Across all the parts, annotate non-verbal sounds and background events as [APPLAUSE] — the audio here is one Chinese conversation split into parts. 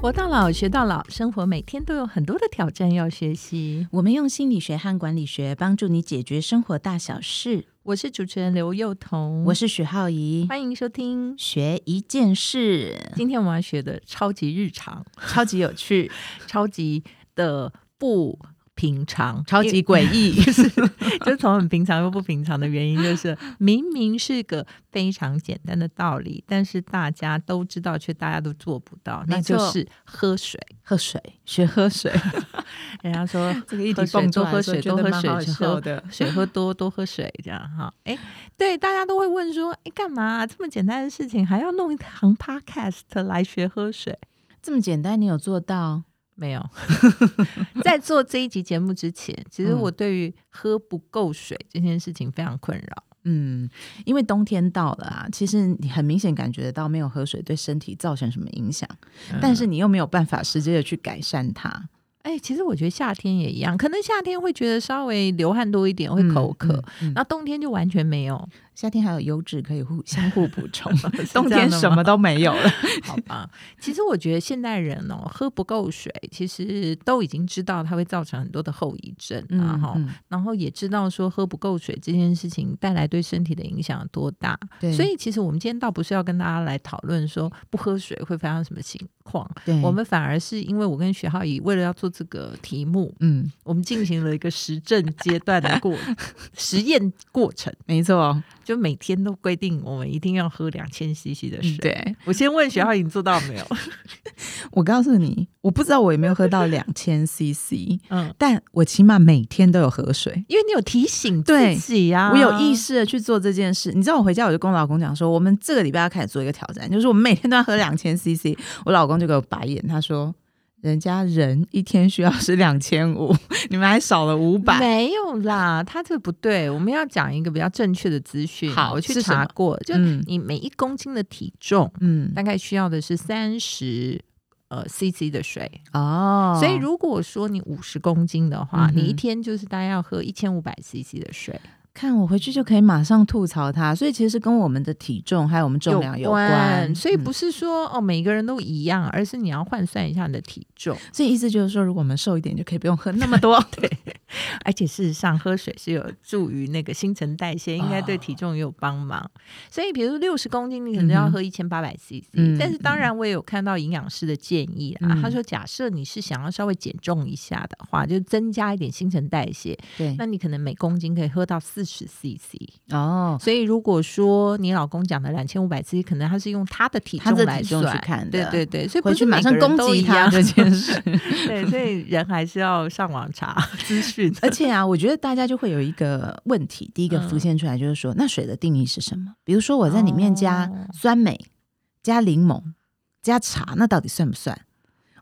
活到老，学到老，生活每天都有很多的挑战要学习。我们用心理学和管理学帮助你解决生活大小事。我是主持人刘幼彤，我是许浩怡，欢迎收听。学一件事，今天我们要学的超级日常，超级有趣， [LAUGHS] 超级的不平常，超级诡 [LAUGHS] 异，就是就是从很平常又不平常的原因，就是明明是个非常简单的道理，但是大家都知道，却大家都做不到，那没错就是喝水。喝水，学喝水， [LAUGHS] 人家说这个一喝题水蹦出多来喝的时候水，觉多得喝蛮好水，笑喝的 [LAUGHS] 水喝多，多喝水这样哈。哎，对，大家都会问说，哎，干嘛这么简单的事情还要弄一堂 podcast 来学喝水？这么简单，你有做到？没 [LAUGHS] 有，在做这一集节目之前，其实嗯我对于喝不够水这件事情非常困扰。嗯，因为冬天到了啊，其实你很明显感觉得到没有喝水对身体造成什么影响，嗯但是你又没有办法直接的去改善它。哎、其实我觉得夏天也一样，可能夏天会觉得稍微流汗多一点，会口渴。嗯嗯那冬天就完全没有，，夏天还有油脂可以互相互补充 [LAUGHS] 冬天什么都没有了。 [LAUGHS] 好吧？其实我觉得现代人哦，喝不够水，其实都已经知道它会造成很多的后遗症啊，哈、嗯，然后也知道说喝不够水这件事情带来对身体的影响有多大。对，所以其实我们今天倒不是要跟大家来讨论说不喝水会发生什么情况，对我们反而是因为我跟徐浩怡为了要做这个题目，嗯，我们进行了一个实证阶段的过 [LAUGHS] 实验过程，没错，就每天都规定我们一定要喝两千 CC 的水。嗯对我先问徐浩怡，你做到没有？我告诉你，我不知道我有没有喝到两千 CC，嗯，但我起码每天都有喝水。因为你有提醒自己啊呀、我有意。识的去做这件事，你知道，我回家我就跟我老公讲说，我们这个礼拜要开始做一个挑战，就是我们每天都要喝两千 CC。我老公就给我白眼，他说：“人家人一天需要是两千五， [LAUGHS] 你们还少了五百。”没有啦，他这不对。我们要讲一个比较正确的资讯。好我去是什查么过，就嗯你每一公斤的体重，嗯，大概需要的是三十呃 CC 的水。哦，所以如果说你五十公斤的话，嗯哼你一天就是大概要喝一千五百 CC 的水，看我回去就可以马上吐槽他，所以其实是跟我们的体重还有我们重量有关，所以嗯不是说、哦每个人都一样，而是你要换算一下你的体重。所以意思就是说，如果我们瘦一点，就可以不用喝那么 [LAUGHS] 多。对，而且事实上，喝水是有助于那个新陈代谢，应该对啊体重也有帮忙。所以，比如六十公斤，你可能要喝一千八百 CC。嗯但是，当然我也有看到营养师的建议啊，嗯他说，假设你是想要稍微减重一下的话，就增加一点新陈代谢， [LAUGHS] [LAUGHS] 对那你可能每公斤可以喝到四十 CC。哦，所以，如果说你老公讲的两千五百 CC，可能他是用他的体他重的来体重算去看对的对对，所以不回是去马每个上人攻都击一他样这 [LAUGHS] 件事。对，所以人还是要上网查资讯。 [LAUGHS] 而且啊，我觉得大家就会有一个问题，第一个嗯浮现出来就是说，那水的定义是什么？比如说我在里面加哦酸梅、加柠檬、加茶，那到底算不算？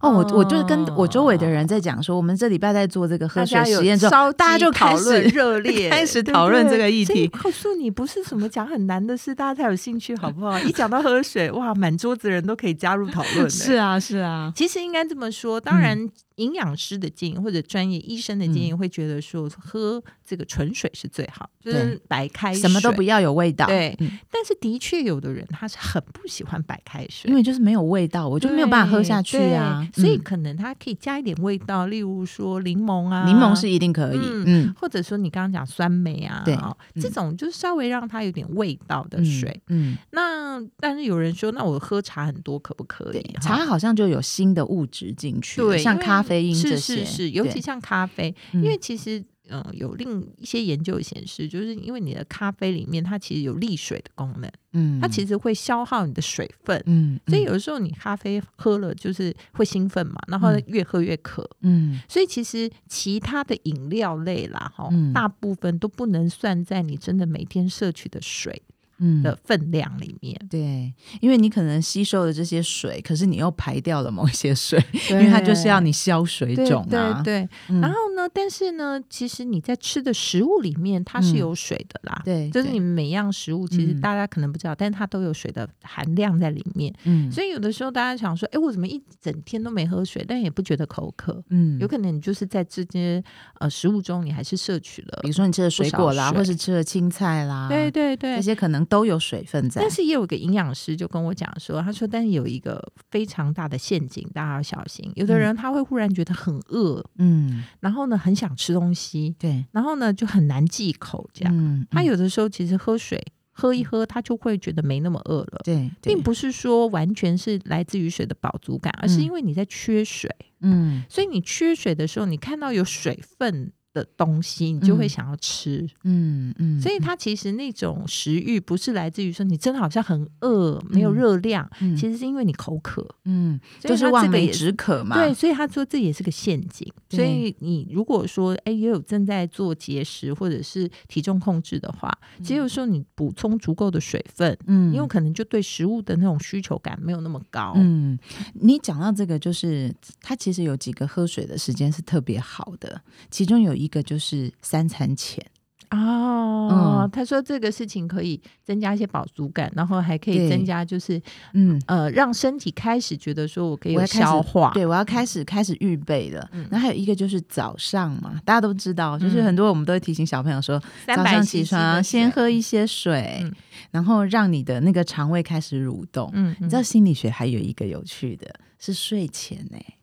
哦，我我就跟我周围的人在讲说，我们这礼拜在做这个喝水实验之后，大家就开讨论始热烈， [LAUGHS] 开始讨论这个议题对不对所以告诉你，不是什么讲很难的事，大家才有兴趣，好不好？一讲到喝水，哇，满桌子人都可以加入讨论、是。嗯啊是啊，其实应该这么说，当然，营养师的建议或者专业医生的建嗯议会觉得说，喝这个纯水是最好，就是白开水，什么都不要有味道，对嗯但是的确，有的人他是很不喜欢白开水，因为就是没有味道，嗯我我就没有办法喝下去啊。所以嗯可能它可以加一点味道，例如说柠檬啊，柠檬是一定可以，嗯嗯，或者说你刚刚讲酸梅啊，对哦嗯这种就是稍微让它有点味道的嗯水。，嗯，那但是有人说，那我喝茶很多可不可以对，？哈茶好像就有新的物质进去了，对，像因为咖啡因是这些，是是，尤其像咖啡，因因为其实。嗯，有另一些研究显示，就是因为你的咖啡里面它其实有利水的功能，嗯，它其实实会消耗你的水分，嗯，所以有的时候你咖啡喝了就是会兴奋嘛，然后嗯越喝越渴，嗯所以其实其他的饮料类啦，哈、嗯大部分都不能算在你真的每天摄取的水嗯的分量里面，对，因为你可能吸收了这些水，可是你又排掉了某一 [LAUGHS] 些水，因为它就是要你消水对肿啊。对对，嗯然后呢，但是呢，其实你在吃的食物里面它是嗯有水的啦。对就是对你每样食物，其实嗯大家可能不知道，但它都有水的含量在里面。嗯所以有的时候大家想说，哎，我怎么一整天都没喝水，但也不觉得口渴？嗯有可能你就是在这些呃食物中，你还是摄取了比。如说你吃了水果啦，不少水或是吃了青菜啦，对对对这，些可能都有水分在。但是也有一个营养师就跟我讲说，他说，但是有一个非常大的陷阱，大家要小心。有的人他会忽然觉得很饿，嗯，然后呢很想吃东西，对，然后呢就很难忌口，这样。嗯，他嗯有的时候其实喝水喝一喝，他就会觉得没那么饿了。对，对并不是说完全是来自于水的饱足感，而是嗯因为你在缺水，嗯所以你缺水的时候，你看到有水分的东西，你就会嗯想要吃。嗯嗯，所以它其实那种食欲不是来自于说你真的好像很饿，没有热量，嗯其实是因为你口渴，嗯，所以就是它望这个梅也止渴嘛。对，所以他说这也是个陷阱。所对以你如果说哎也有正在做节食或者是体重控制的话，只有说你补充足够的水分，嗯，你有可能就对食物的那种需求感没有那么高。嗯，你讲到这个，就是它其实有几个喝水的时间是特别好的，其中有一个就是三餐前，哦，嗯他说这个事情可以增加一些饱足感，然后还可以对增加就是嗯，呃让身体开始觉得说我可以有我要开始消化，对我要开始开始预备了。嗯然后还有一个就是早上嘛，大家都知道，就是嗯很多我们都会提醒小朋友说， 300早上 CC 起的床先水喝一些水，嗯然后让你的那个肠胃开始蠕动。嗯，你你知道心理学还有一个有趣的是睡前欸呢、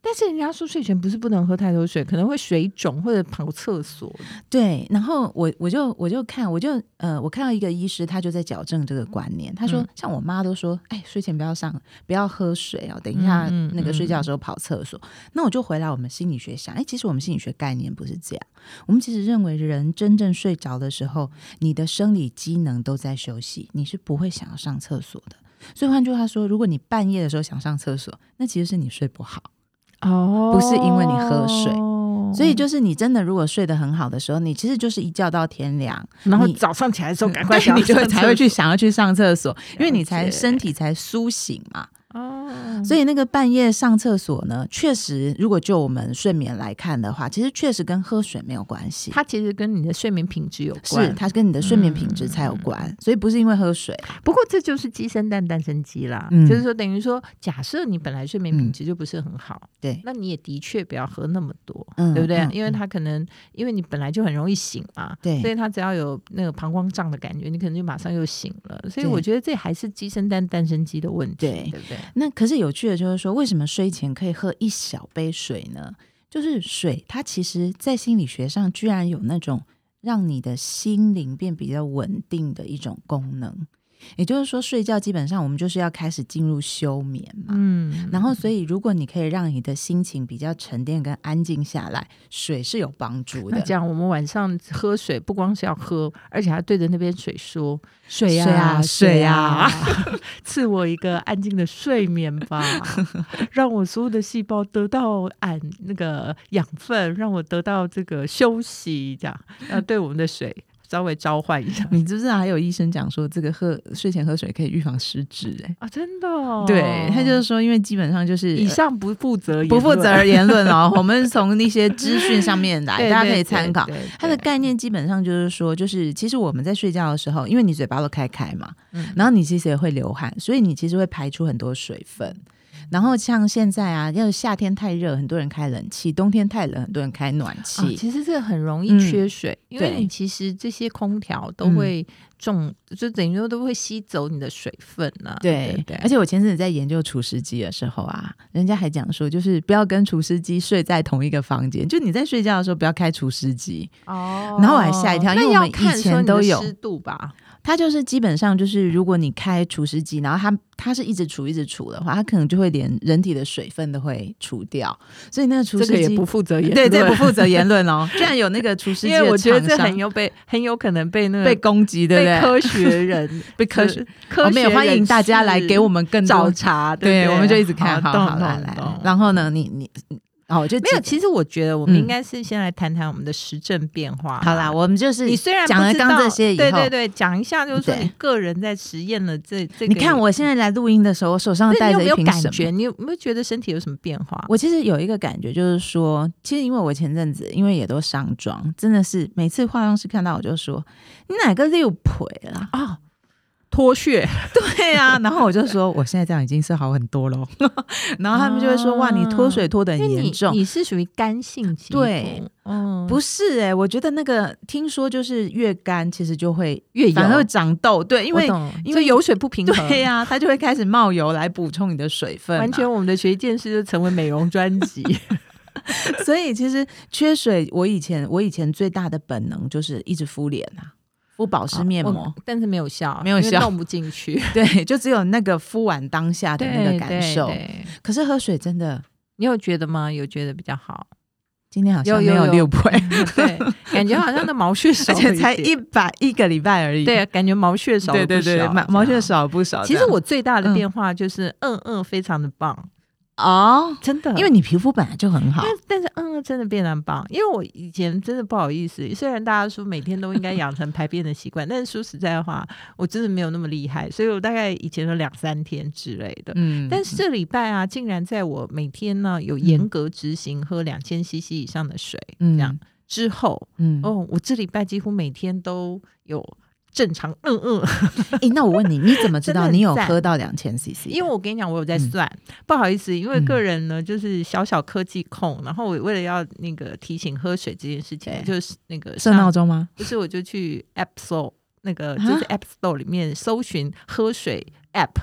但是人家说睡前不是不能喝太多水，可能会水肿或者跑厕所。对，然后我我就我就看我就呃，我看到一个医师，他就在矫正这个观念。他说，嗯像我妈都说，哎，睡前不要上，不要喝水哦，等一下嗯嗯那个睡觉嗯的时候跑厕所。那我就回来我们心理学想，哎，其实我们心理学概念不是这样，我们其实认为人真正睡着的时候，你的生理机能都在休息，你是不会想要上厕所的。所以换句话说，如果你半夜的时候想上厕所，那其实是你睡不好。哦不是因为你喝水，所以就就是你真的如果睡得很好的时候，你其实就是一觉到天亮，然后你嗯早上起来的时候赶快对想你要就上会厕才会去所想要去上厕所，因为你了才解身体才苏醒嘛。哦，所以以那个半夜上厕所呢，确实，如果就我们睡眠来看的话，其实确实跟喝水没有关系。它其实跟你的睡眠品质有关。嗯是它跟你的睡眠品质才有关，所以不是因为喝水。啊不过这就是鸡生蛋，蛋生鸡啦。嗯就是说，等于说，假设你本来睡眠品质就不是很好，对，那你也的确不要喝那么多，嗯对不对？嗯因为它可能因为你本来就很容易醒嘛，所对，以他只要有那个膀胱胀的感觉，你可能就马上又醒了。所以对我觉得这还是鸡生蛋，蛋生鸡的问题，对对不 [LAUGHS] 对？那可是有趣的就是说，为什么睡前可以喝一小杯水呢？就是水，它其实在心理学上居然有那种让你的心灵变比较稳定的一种功能。也就是说，睡觉基本上我们就是要开始进入休眠嘛。嗯然后，所以如果你可以让你的心情比较沉淀跟安静下来，水是有帮助那的。这样，我们晚上喝水不光是要喝，而且还对着那边水说：“水呀、水啊 [LAUGHS] 水呀呀啊 [LAUGHS] 赐我一个安静的睡眠 [LAUGHS] 吧，让我所有的细胞得到俺那个养分，让我得到这个休息。”这样，要对我们的水稍微召唤一下你知不知道还有医生讲说，这个喝睡前喝水可以预防失智、欸？哎、 [LAUGHS] 啊，真的、哦，对，他就是说，因为基本上就是以上不负责，啊不负责任言论哦， [LAUGHS] 我们从那些资讯上面来，对，大家对可以参考。。它他的的概念基本上就是说，就是其实我们在睡觉的时候，因为你嘴巴都开开嘛，嗯然后你其实也会流汗，所以你其实会排出很多水分。然后像现在啊，要是夏天太热，很多人开冷气；冬天太冷，很多人开暖啊气。其实这个很容易嗯缺水，因为对你其实这些空调都会重，就等于说都会吸走你的水分呐、对对不对，而且我前阵子在研究除湿机的时候啊，人家还讲说，就是不要跟除湿机睡在同一个房间，就你在睡觉的时候不要开除湿机，哦然后我还吓一跳因为那我要们以看前说你都的有湿度吧，它就是基本上就是，如果你开除湿机，然后它它是一直除一直除的话，它可能就会连人体的水分都会除掉，所以那个除这湿个机也不负责言对，论，这不负责言 [LAUGHS] 论哦，居然有那个除湿机因的为我觉得这厂商很有被很有可能被那个被攻击，对不被对？科 [LAUGHS] 学人被科学，科我学们也哦欢迎大家来给我们们更找多，茬，对对，不对我们就一直看，好好好来来，后然后呢，你你。然后我就没有，记其实我觉得我们嗯应该是先来谈谈我们的时政变化。好啦，，我们就是啊你虽然讲了不知道刚这些以对后，对对，讲一下就是说对你个人在实验了这这个，你看我现在来录音的时候，我手上那你带有没着一有瓶感什么觉？你有没有觉得身体有什么变化？？我其实有一个感觉，就是说，其实因为我前阵子因为也都上妆，真的是每次化妆师看到我就说你哪个六腿啦啊，脱屑， [LAUGHS] 对啊，然后我就说我现在这样已经是好很多咯。 [LAUGHS] 然后他们就会说、哇，你脱水脱的因为很你严重。你是属于干性肌肤，对，嗯，不是哎、我觉得那个听说就是越干，其实就会越油，反而会长痘。对，因为我懂因为就油水不平衡，对、呀、它就会开始冒油来补充你的水分嘛。完全我们的学健师就成为美容专 [LAUGHS] 辑，所以其实缺水，我以前我以前最大的本能就是一直敷脸啊，敷保湿面 [LAUGHS] 膜 [LAUGHS] 我，，但是没有效，没有因为效弄不进去 [LAUGHS] 对，就只有那个敷完当下的那个感受。对对对可是喝水真的，你有觉得吗？有觉得比较好？ [LAUGHS] 今天好像有没有有六倍，对，感觉好像那毛屑少 [LAUGHS] 而了且点，才一百一个礼拜而已。 [LAUGHS] [LAUGHS] 对，感觉毛屑少了对不对对，少毛毛这屑样少不少这其样。实我最大的嗯变化就是，嗯嗯，非常的棒，哦，真的，因为你皮肤本来就很好但。但是嗯嗯真的变得很棒，因为我以前真的不好意思，虽然大家说每天都应该养成排便的习惯，但 [LAUGHS] 是说实在话，我真的没有那么厉害，所以我大概以前有两三天之类的。嗯但是这礼拜啊，竟然在我每天呢有严格执行喝两千 CC 以上的水嗯这样之后，嗯，哦，我这礼拜几乎每天都有正常嗯嗯，诶那我问你，你怎么知真的道很你有赞喝到两千 CC？因为我跟你讲，我有在嗯算，不好意思，因为嗯个人呢就是小小科技控，然后我为了要那个提醒喝水这件事情，对我就是那个设闹上，钟 [LAUGHS] 吗？不是我就去 App Store 那个就啊是 App Store 里面搜寻喝水 App，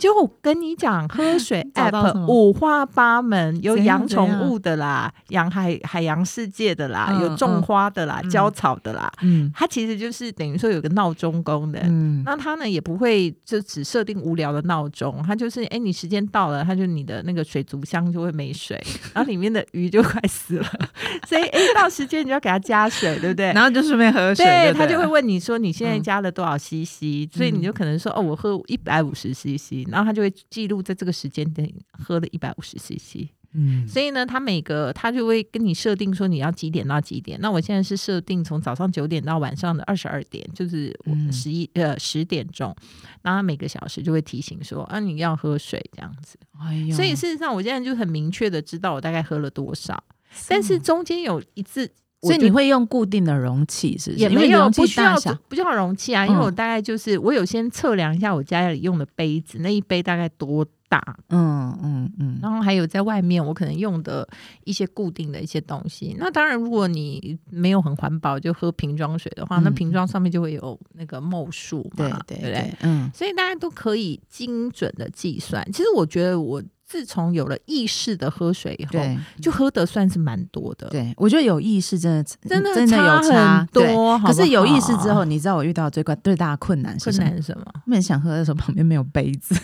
结果我跟你讲，喝水 [LAUGHS] 找到什 App 么五花八门，有怎样养怎宠样物的啦，养海海洋世界的啦，嗯有种嗯花的啦，嗯浇草的啦，嗯它其实就是等于说有个闹钟功能，嗯那它呢也不会就只设定无聊的闹钟，它就是哎、你时间到了，它就你的那个水族箱就会没水，然后里面的鱼就快死了， [LAUGHS] 所以哎、到时间你就要给它加水，对不对？ [LAUGHS] 然后就顺便喝水对对，它就了会问你说你现在嗯加了多少 CC，、所以你就可能说哦，我喝一百五十 CC，然后它就会记录在这个时间点喝了一百五十 CC。嗯所以呢，它每个它就会跟你设定说你要几点到几点。那我现在是设定从早上九点到晚上的二十二点，就是嗯十一、呃十点钟，然后它每个小时就会提醒说啊你要喝水这样子。哎呦所以事实上，我现在就很明确的知道我大概喝了多少，但是中间有一次。哦所以我就你会用固定的容器，是不是？也因为没有容器不需大要小，不需要容器啊，因为嗯我大概就是、我有先测量一下我家里用的杯子，那一杯大概多大，嗯嗯嗯，然后还有在外面我可能用的一些固定的一些东西。那当然，如果你没有很环保，就喝瓶装水的话，嗯那瓶装上面就会有那个某数对嘛，对不对？对，嗯所以大家都可以精准的计算。其实我觉得我。自从有了意识的喝水以后，对就喝的算是蛮多的，对，我觉得有意识真的真的真的有差很对多。好不可是有意识之好后，，你知道我遇到最大最大的困难是困什么？难是什么？我很想喝的时候，旁边没有杯子。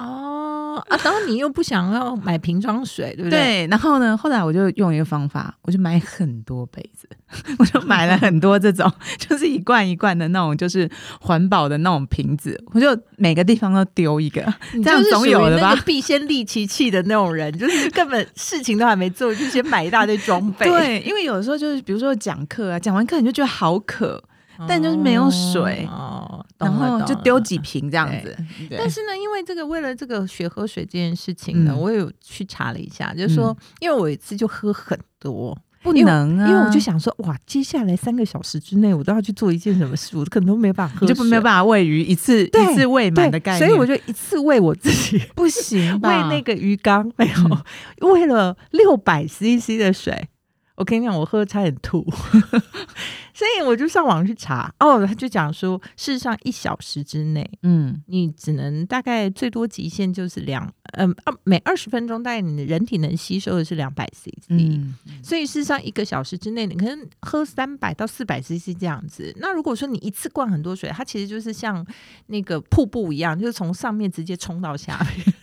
哦啊，然后你又不想要买瓶装水，对不对？对，然后呢，后来我就用一个方法，我就买很多杯子， [LAUGHS] 我就买了很多这种， [LAUGHS] 就是一罐一罐的那种，就是环保的那种瓶子，我就每个地方都丢一个，你这样就是总属于有的那吧个？必先利其器的那种人，就是根本事情都还没做，就先买一大堆装备。对，因为有的时候就是，比如说讲课啊，讲完课你就觉得好渴，哦，但就是没有水哦，然懂了后就丢。几瓶这样对子。对懂了但是呢，因为这个为了这个学喝水这件事情呢，嗯我有去查了一下，就是说，因为我有一次就喝很多，不因为能啊，因为我就想说，哇，接下来三个小时之内我都要去做一件什么事，我可能都没办法喝你水，就不没有办法喂鱼一次对一次喂满的概对所念，以我就一次喂我自己。不 [LAUGHS] 行喂吧？那个鱼缸没有，嗯为了六百 CC 的水，我跟你讲，我喝差点吐， [LAUGHS] 所以我就上网去查，哦，他就讲说，事实上一小时之内，嗯你只能大概最多极限就是两，嗯、呃，每二十分钟大概你的人体能吸收的是两百 CC，、嗯，所以事实上一个小时之内，你可能喝三百到四百 CC 这样子。那如果说你一次灌很多水，它其实就是像那个瀑布一样，就是从上面直接冲到下面。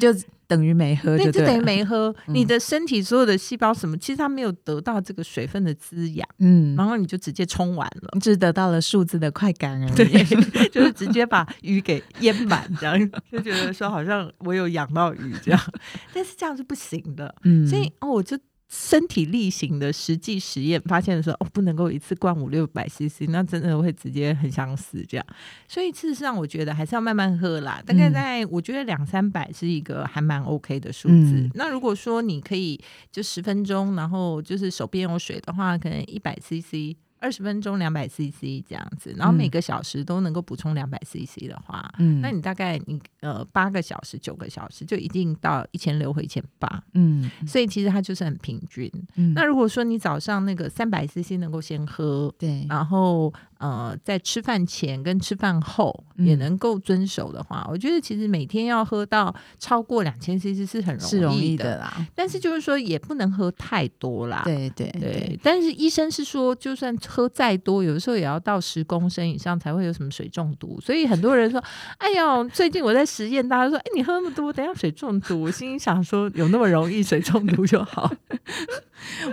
就等于没喝就那对就了，等于没喝。 [LAUGHS] 嗯你的身体所有的细胞什么，其实它没有得到这个水分的滋养，嗯，然后你就直接冲完 [LAUGHS] 了。你只得到了数字的快感而已。对，就是直接把鱼给淹满，这样就觉得说好像我有养到鱼这样， [LAUGHS] 但是这样是不行的。[LAUGHS] 嗯，所以哦，我就身体力行的实际实验发现说，哦，不能够一次灌五六百 CC，那真的会直接很想死这样。所以事实上，我觉得还是要慢慢喝啦。大概嗯在、我觉得两三百是一个还蛮 OK 的数字。嗯那如果说你可以就十分钟，然后就是手边有水的话，可能一百 CC。二十分钟两百 CC 这样子，然后嗯每个小时都能够补充两百 CC 的话，嗯，那你大概你呃八个小时九个小时就已经到一千六和一千八，嗯所以其实它就是很平均。嗯，那如果说你早上那个三百 CC 能够先喝，对，然后呃在吃饭前跟吃饭后嗯也能够遵守的话，我觉得其实每天要喝到超过两千 CC 是很容易的，是容易的嗯啦。但是就是说也不能喝太多啦。对对嗯对，对，但是医生是说，就算喝再多，有的时候也要到十公升以上才会有什么水中毒。所以很多人说：“哎呦，最近我在实验，大家说，哎，你喝那么多，等一下水中毒。”我心里想说，有那么容易水中毒就 [LAUGHS] 好。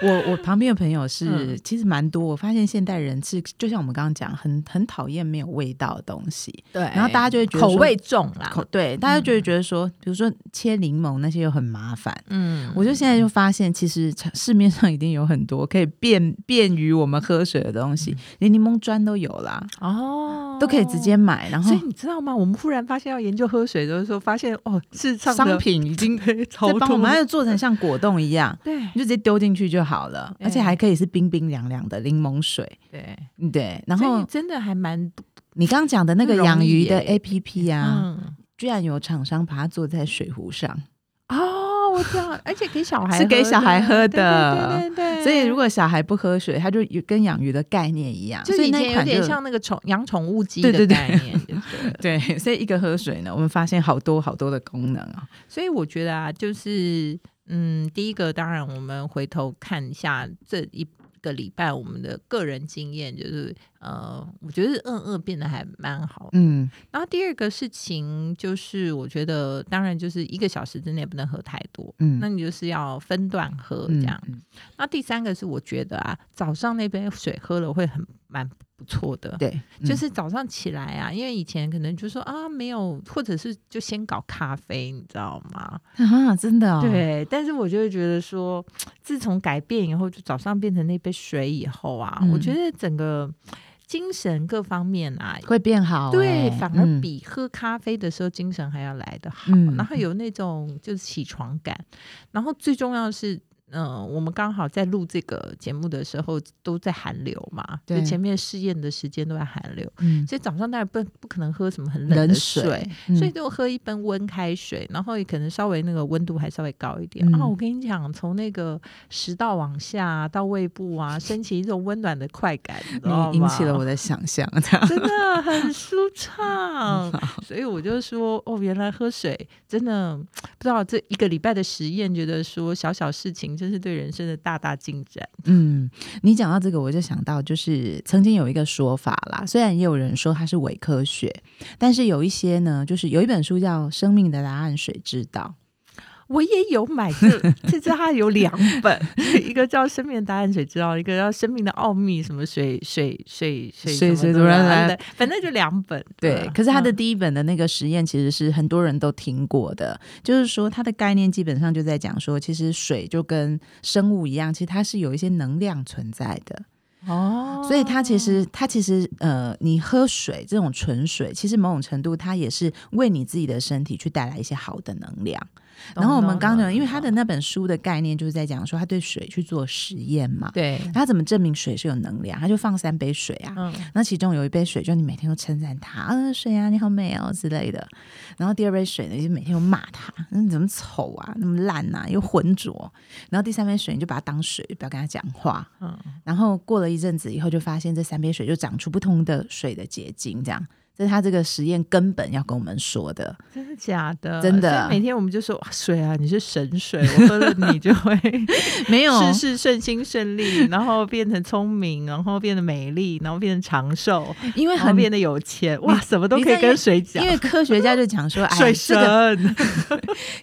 我我旁边的朋友是、嗯其实蛮多，我发现现代人是就像我们刚刚讲，很很讨厌没有味道的东西，对，然后大家就会觉得口说味嗯重啦。口对，大家就会觉得说，比如说切柠檬那些又很麻烦。嗯，我就现在就发现，其实市面上已经有很多可以便便于我们喝水的东西，连柠檬砖都有啦，嗯哦，都可以直接。嗯买。然后所以你知道吗？我们忽然发现要研究喝水的时候，发现哦，市场商的品已经对超在帮我多们，还有做成像果冻一样，对你就直接丢进去就好了，对而且还可以是冰冰凉凉的柠檬水。嗯对。对，然所以后真的还蛮你刚刚讲的那个养鱼的不容易 APP 啊，嗯居然有厂商把它做在水壶上，哦，我知道，而且给小孩是给喝的小孩喝的对对对对对所以如果小孩不喝水，它就有跟养鱼的概念一样，就所以那前一有款点就像那个宠养宠物鸡对的对对概念，对不对 [LAUGHS] 对，所以一个喝水呢，我们发现好多好多的功能啊，所以我觉得啊，就是嗯，第一个当然我们回头看一下这一。个礼拜，我们的个人经验就是，呃，我觉得嗯嗯变得还蛮好。嗯然后第二个事情就是，我觉得当然就是一个小时之内不能喝太多，嗯，那你就是要分段喝这样。嗯嗯那第三个是我觉得啊，早上那杯水喝了会很蛮不错的。对，就嗯是早上起来啊，因为以前可能就说啊没有，或者是就先搞咖啡，你知道吗？啊，真的哦，，对，但是我就会觉得说，自从改变以后，就早上变成那杯水以后啊，嗯我觉得整个精神各方面啊，会变好欸、对，反而嗯比喝咖啡的时候精神还要来得好，嗯然后有那种就是起床感，然后最重要的是。嗯，我们刚好在录这个节目的时候都在寒流嘛，就对前面试验的时间都在寒流，嗯所以早上当然不不可能喝什么很冷冷的水，所以嗯就喝一杯温开水，然后也可能稍微那个温度还稍微高一点、嗯啊。我跟你讲，从那个食道往下、到胃部啊，升起一种温暖的快感，你知道你引起吗了我的想象，这样真的很舒畅，所以我就说，哦，原来喝水真的不知道这一个礼拜的实验，觉得说小小事情真是对人生的大大进展。嗯，你讲到这个，我就想到就是曾经有一个说法啦，虽然也有人说它是伪科学，但是有一些呢，就是有一本书叫《生命的答案：水知道我也有买这，这次它有两本，一个叫《生命的答案水知道》，一个叫《生命的奥秘》，什么水水水水水什么水的突然来对反正就两本。》。对，可是它的嗯第一本的那个实验其实是很多人都听过的，就是说它的概念基本上就在讲说，其实水就跟生物一样，其实它是有一些能量存在的。哦，所以它其实，它其实，呃，你喝水这种纯水，其实某种程度它也是为你自己的身体去带来一些好的能量。懂然后我们懂刚懂刚，因为他懂的那本书的概念就是在讲说，他对水去做实验嘛。对，他怎么证明水是有能量？他就放三杯水啊，嗯，那其中有一杯水，就你每天都称赞他，啊，水啊，你好美哦之类的。然后第二杯水呢，你就每天都骂他，嗯，你怎么丑啊，那么烂啊，又浑浊。然后第三杯水，你就把它当水，不要跟他讲话。嗯然后过了一阵子以后，就发现这三杯水就长出不同的水的结晶，这样。这是他这个实验根本要跟我们说的。真的假的？真的所以每天我们就说哇水啊，你是神水，我喝了你就会没有，事事顺心顺利，然后变成聪明，然后变得美丽，然后变成长寿，因为然后很变得有钱，哇，什么都你可以在跟水讲因。为科学家就讲说，[LAUGHS] 哎水呀，这神，个 [LAUGHS]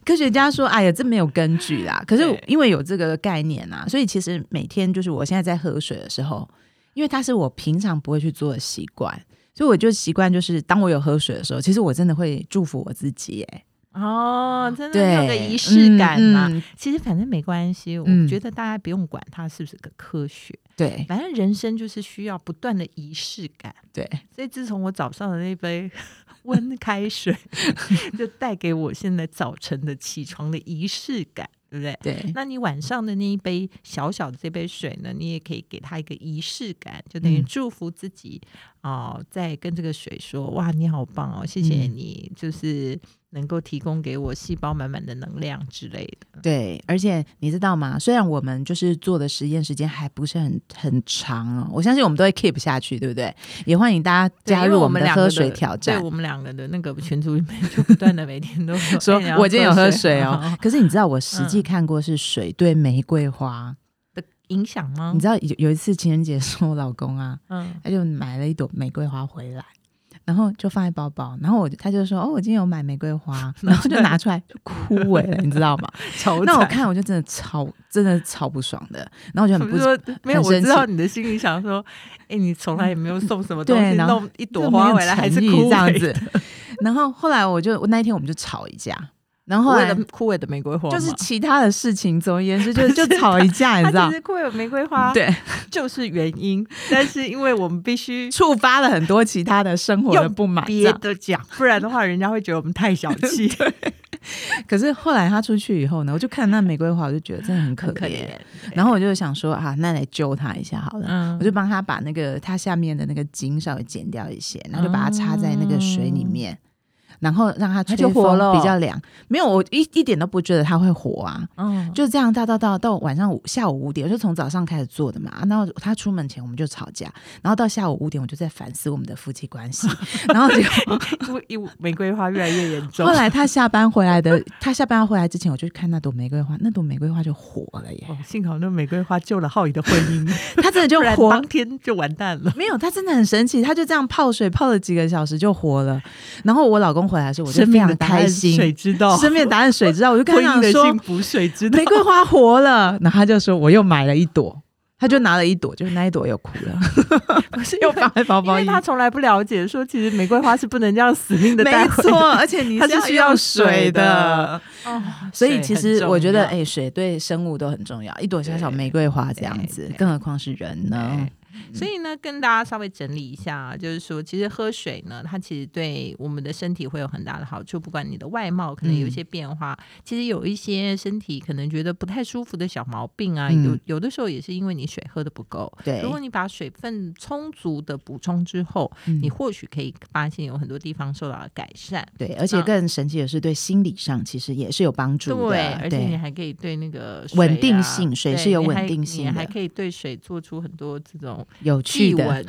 科学家说，哎呀，这没有根据啦。可是对因为有这个概念啊，所以其实每天就是我现在在喝水的时候，因为它是我平常不会去做的习惯，所以我就习惯就是当我有喝水的时候，其实我真的会祝福我自己、哎，哦，真的对，有个仪式感嘛。嗯嗯其实反正没关系，我嗯觉得大家不用管它是不是个科学，对反正人生就是需要不断的仪式感。对，所以自从我早上的那杯 [LAUGHS] 温开水， [LAUGHS] 就带给我现在早晨的起床的仪式感，对不对？对，那你晚上的那一杯小小的这杯水呢，你也可以给它一个仪式感，就等于嗯祝福自己哦、在跟这个水说：“哇，你好棒哦，谢谢嗯你，就是能够提供给我细胞满满的能量之类的。对，而且你知道吗？虽然我们就是做的实验时间还不是很很长哦，我相信我们都会 keep 下去，对不对？也欢迎大家”加对因为入我们的两个喝的水挑战对。我们两个的那个群组里面，就不断的每天 [LAUGHS] 都说说哎你要我今天有喝水吗哦， [LAUGHS] 可是你知道我实际看过是水对玫瑰花， [LAUGHS] 影响吗？你知道有有一次情人节的时候，我老公啊， [LAUGHS] 嗯，他就买了一朵玫瑰花回来，然后就放在包包，然后我就他就说哦，我今天有买玫瑰 [LAUGHS] 花，然后就拿出来就枯萎了，你知道吗？愁那我惨看我就真的超真的超不爽的，然后我就很我不就说没有，很我生知道气你的心里想说，哎、你从来也没有送什么 [LAUGHS] 东对西，然后弄一朵花回来还是这枯没有萎诚意这样。子， [LAUGHS] 然后后来我就我那一天我们就吵一架，然后后为来了。枯萎的玫瑰花吗，就是其他的事情，总而言之就就吵一架，你 [LAUGHS] 它知 [LAUGHS] 道其？实会有玫瑰花，对， [LAUGHS] 就是原因。但是因为我们必 [LAUGHS] 须触发了很多其他的生活的不满。这别样的讲，不然的话人家会觉得我们太小 [LAUGHS] 气，可是后来他出去以后呢，我就看那玫瑰花，我就觉得真的很可很怜。可怜。然后我就想说啊，那来救他一下好了。嗯我就帮他把那个他下面的那个茎稍微剪掉一些，然后就把它插在那个水里面，然后让它它吹就活风了比较凉。没有，我一一点都不觉得它会活啊。嗯，就这样到到到到晚上五下午五点，我就从早上开始做的嘛。然后他出门前我们就吵架，然后到下午五点我就在反思我们的夫妻关 [LAUGHS] 系。然后结果因为因为玫瑰花越来越严重后。来他下班回来的， [LAUGHS] 他下班回来之前我就去看那朵玫瑰花，那朵玫瑰花就火了 [LAUGHS] 耶，哦，幸好那玫瑰花救了浩宇的婚 [LAUGHS] 姻，他真的不就然火当。天就完蛋了。没有，他真的很神奇，他就这样泡水泡了几个小时就活了。然后我老公回来的时候，我就生非命的常答案开心。谁知道？生命答案水知道，我就跟他婚姻讲的说幸福谁知道玫？瑰花活了，然后他就说我又买了一朵，他就拿了一朵，就是那一朵又哭了。 [LAUGHS] 不是又放在包因包为里。他从来不了解说，其实玫瑰花是不能这样死命的带没回错，而且你它是需需要要水水的的，哦， [LAUGHS] 所以其实我觉得，哎，哎，水对生物都很重要，一朵小小对玫瑰花这样对子对，更何况是人呢？所以呢，跟大家稍微整理一下，啊就是说，其实喝水呢，它其实对我们的身体会有很大的好处，不管你的外貌可能有一些嗯变化，其实有一些身体可能觉得不太舒服的小毛病啊，嗯有有的时候也是因为你水喝的不够。对如，果你把水分充足的补充之后，嗯你或许可以发现有很多地方受到了改善。对，而且嗯更神奇的是，对心理上其实也是有帮助对，的，而且你对，还可以对那个水啊稳定性水对是有你还稳定性你的还可以对水做出很多这种有祭趣 [LAUGHS] 的，文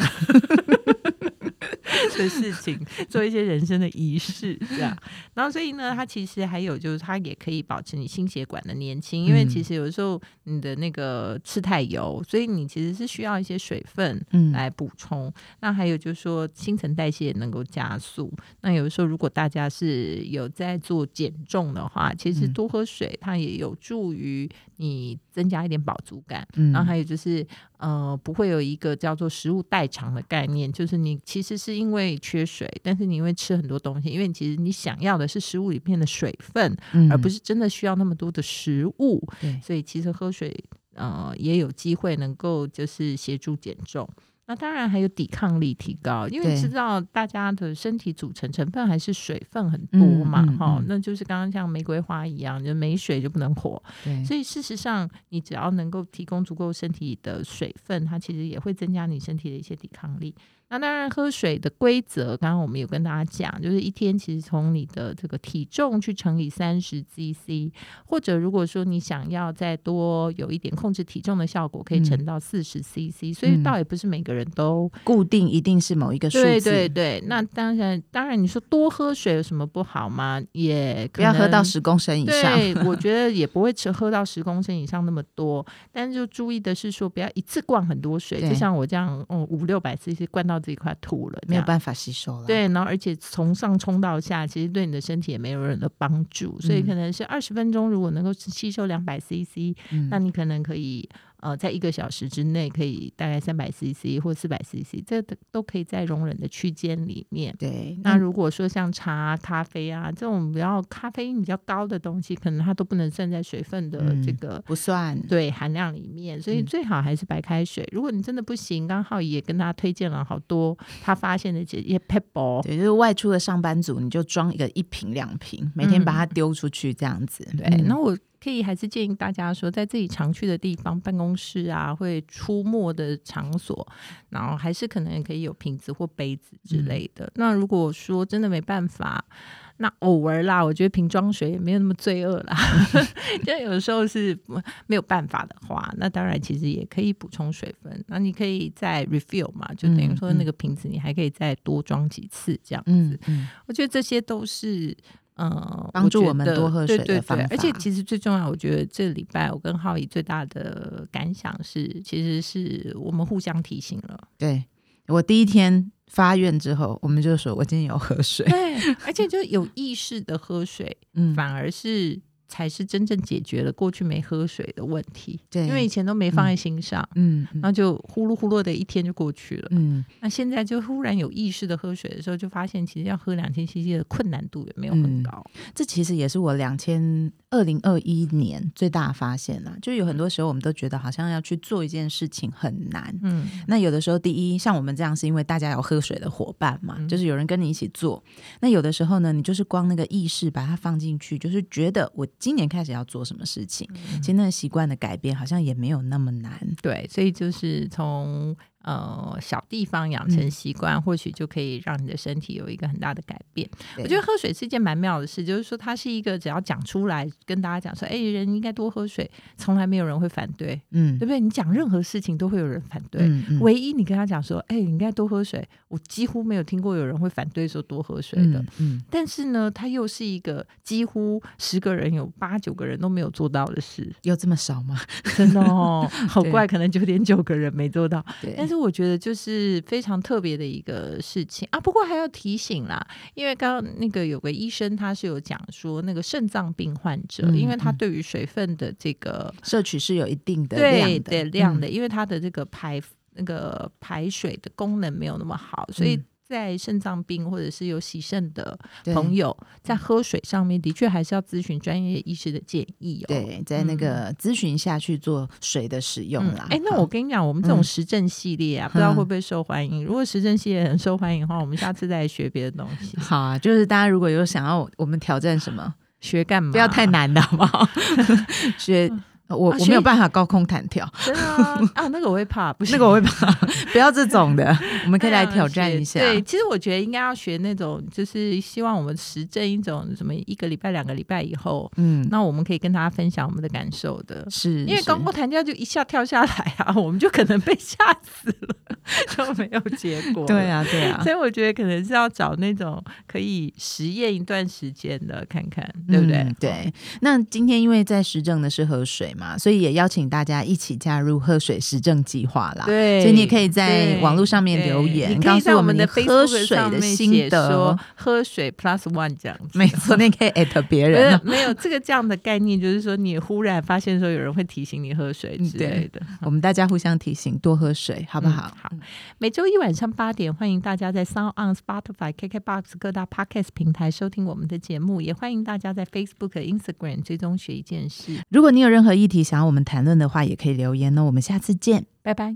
的事情，做一些人生的仪式这 [LAUGHS] 样。然后所以呢，它其实还有就是它也可以保持你心血管的年轻，因为嗯其实有时候你的那个吃太油，所以你其实是需要一些水分。嗯，来补充。那还有就是说，新陈代谢能够加速。那有的时候，如果大家是有在做减重的话，其实嗯多喝水，它也有助于你增加一点饱足感。嗯然后还有就是，呃，不会有一个叫做食物代偿的概念，就是你其实是因为缺水，但是你因为吃很多东西，因为其实你想要的是食物里面的水分，嗯而不是真的需要那么多的食物。对所以其实喝水呃也有机会能够就是协助减重。那当然还有抵抗力提高，因为对知道大家的身体组成成分还是水分很多嘛，嗯嗯哈、嗯那就是刚刚像玫瑰花一样，就没水就不能活。对，所以事实上，你只要能够提供足够身体的水分，它其实也会增加你身体的一些抵抗力。那那当然，喝水的规则，刚刚我们有跟大家讲，就是一天其实从你的这个体重去乘以三十 CC，或者如果说你想要再多有一点控制体重的效果，可以嗯乘到四十 CC，、所以倒也不是每个人都、固定一定是某一个嗯数字，对对对。那当然，当然你说多喝水有什么不好吗？也不要可能喝到十公升以上。对，我觉得也不会吃喝到十公升以上那么多，但是就注意的是说，不要一次灌很多水，对就像我这样，嗯，五六百 CC 灌到自己快吐了，没有法。办法吸收了。对，然后而且从上冲到下，其实对你的身体也没有任何的帮助，所以可能是二十分钟，如果能够吸收两百 CC，、嗯，那你可能可以呃，在一个小时之内可以大概三百 CC 或四百 CC，这都都可以在容忍的区间里面。对，那如果说像茶啊、咖啡啊这种比较咖啡因比较高的东西，可能它都不能算在水分的嗯这个、不算。对含量里面，所以嗯最好还是白开水。如果你真的不行，刚好也跟大家推荐了好多他发现的这些 pebble。对，就是外出的上班族，你就装一个一瓶两瓶，每天把它丢出去这样子。嗯对，嗯那我可以还是建议大家说，在自己常去的地方，办公室啊，会出没的场所，然后还是可能可以有瓶子或杯子之类的。那如果说真的没办法，那偶尔啦，我觉得瓶装水也没有那么罪恶啦。就有时候是不没有办法的话，那当然其实也可以补充水分。那你可以再 refill 嘛，就等于说那个瓶子你还可以再多装几次这样子。嗯嗯，我觉得这些都是。呃，帮助觉我们得多喝水的对对方对法而且其实最重要，我觉得这礼拜我跟浩怡最大的感想是，其实是我们互相提醒了。对我第一天发愿之后，我们就说我今天有喝水。对， [LAUGHS] 而且就有意识的喝水，嗯，反而是才是真正解决了过去没喝水的问题。对因为以啊前都没放在心上，嗯然后就呼噜呼噜的一天就过去了。嗯那现在就忽然有意识的喝水的时候，就发现其实要喝两千 CC 的困难度也没有很嗯高。嗯，这其实也是我两千二零二一年最大的发现啦。就有很多时候我们都觉得好像要去做一件事情很难，嗯那有的时候，第一，像我们这样是因为大家有喝水的伙伴嘛，嗯就是有人跟你一起做。那有的时候呢，你就是光那个意识把它放进去，就是觉得我今年开始要做什么事情。嗯其实那个习惯的改变好像也没有那么难。对，所以就是从呃小地方养成嗯习惯，或许就可以让你的身体有一个很大的改变。对我觉得喝水是一件蛮妙的事，就是说它是一个只要讲出来跟大家讲说，哎、人应该多喝水，从来没有人会反对，嗯对不，对？你讲任何事情都会有人反对。嗯嗯唯一你跟他讲说，哎、你应该多喝水，我几乎没有听过有人会反对说多喝水的。嗯嗯，但是呢，它又是一个几乎十个人有八九个人都没有做到的事，有这么少吗？真的哦， [LAUGHS] 好对怪，可能九点九个人没做到。对但是我觉得就是非常特别的一个事情啊。不过还要提醒啦，因为刚刚那个有个医生他是有讲说，那个肾脏病患者，嗯因为他嗯对于水分的这个摄取是有一定的量对的，嗯对量的，因为他的这个排那个排水的功能没有那么好，所以嗯在肾脏病或者是有洗肾的对嗯朋友，在喝水上面的确还是要咨询专业医师的建议哦。对，在那个咨询下去做水的使用啦。哎、那我跟你讲，我们这种实证系列啊，不知道嗯。会不会受欢迎。如果实证系列很受欢迎的话，我们下次再来学别的东西 [LAUGHS] 好啊，就是大家如果有想要我们挑战什么，学干嘛？不要太，难的好 [LAUGHS] 不好？学呃我、啊我学没有办法高空弹跳， [LAUGHS] 真的啊！啊，那个我会怕，不是那个我会怕，不要这种 [LAUGHS] 的，我们可以来哎呀挑战学一下。对，其实我觉得应该要学那种，就是希望我们实证一种什么一个礼拜、两个礼拜以后，嗯，那我们可以跟大家分享我们的感受的。是因为是高空弹跳就一下跳下来啊，我们就可能被吓死了，就 [LAUGHS] 没有结果。对。啊对 [LAUGHS] 啊所，以我觉得可能是要找那种可以实验一段时间的，看看对不对？嗯对。那今天因为在实证的是喝水嘛，所以也邀请大家一起加入喝水实证计划啦。。对，所以你也可以在对网络上面对留言你可告以诉在我我们们的你喝 Facebook 水上的面心写得说喝水 Plus One 这样 [LAUGHS] 子。没错，你也可以 at 别没人有啊。没有这个这样的概念，就是说你忽然发现说有人会提醒你喝水嗯之类的，我们大家互相提醒，多喝水，好好不好？好，每周一晚上八点，欢迎大家在 Sound On、Spotify、KKBox 各大 Podcast 平台收听我们的节目，也欢迎大家在 Facebook、Instagram 追踪学一件事。如果你有任何议题想要我们谈论的话，也可以留言哦。我们下次见。拜拜。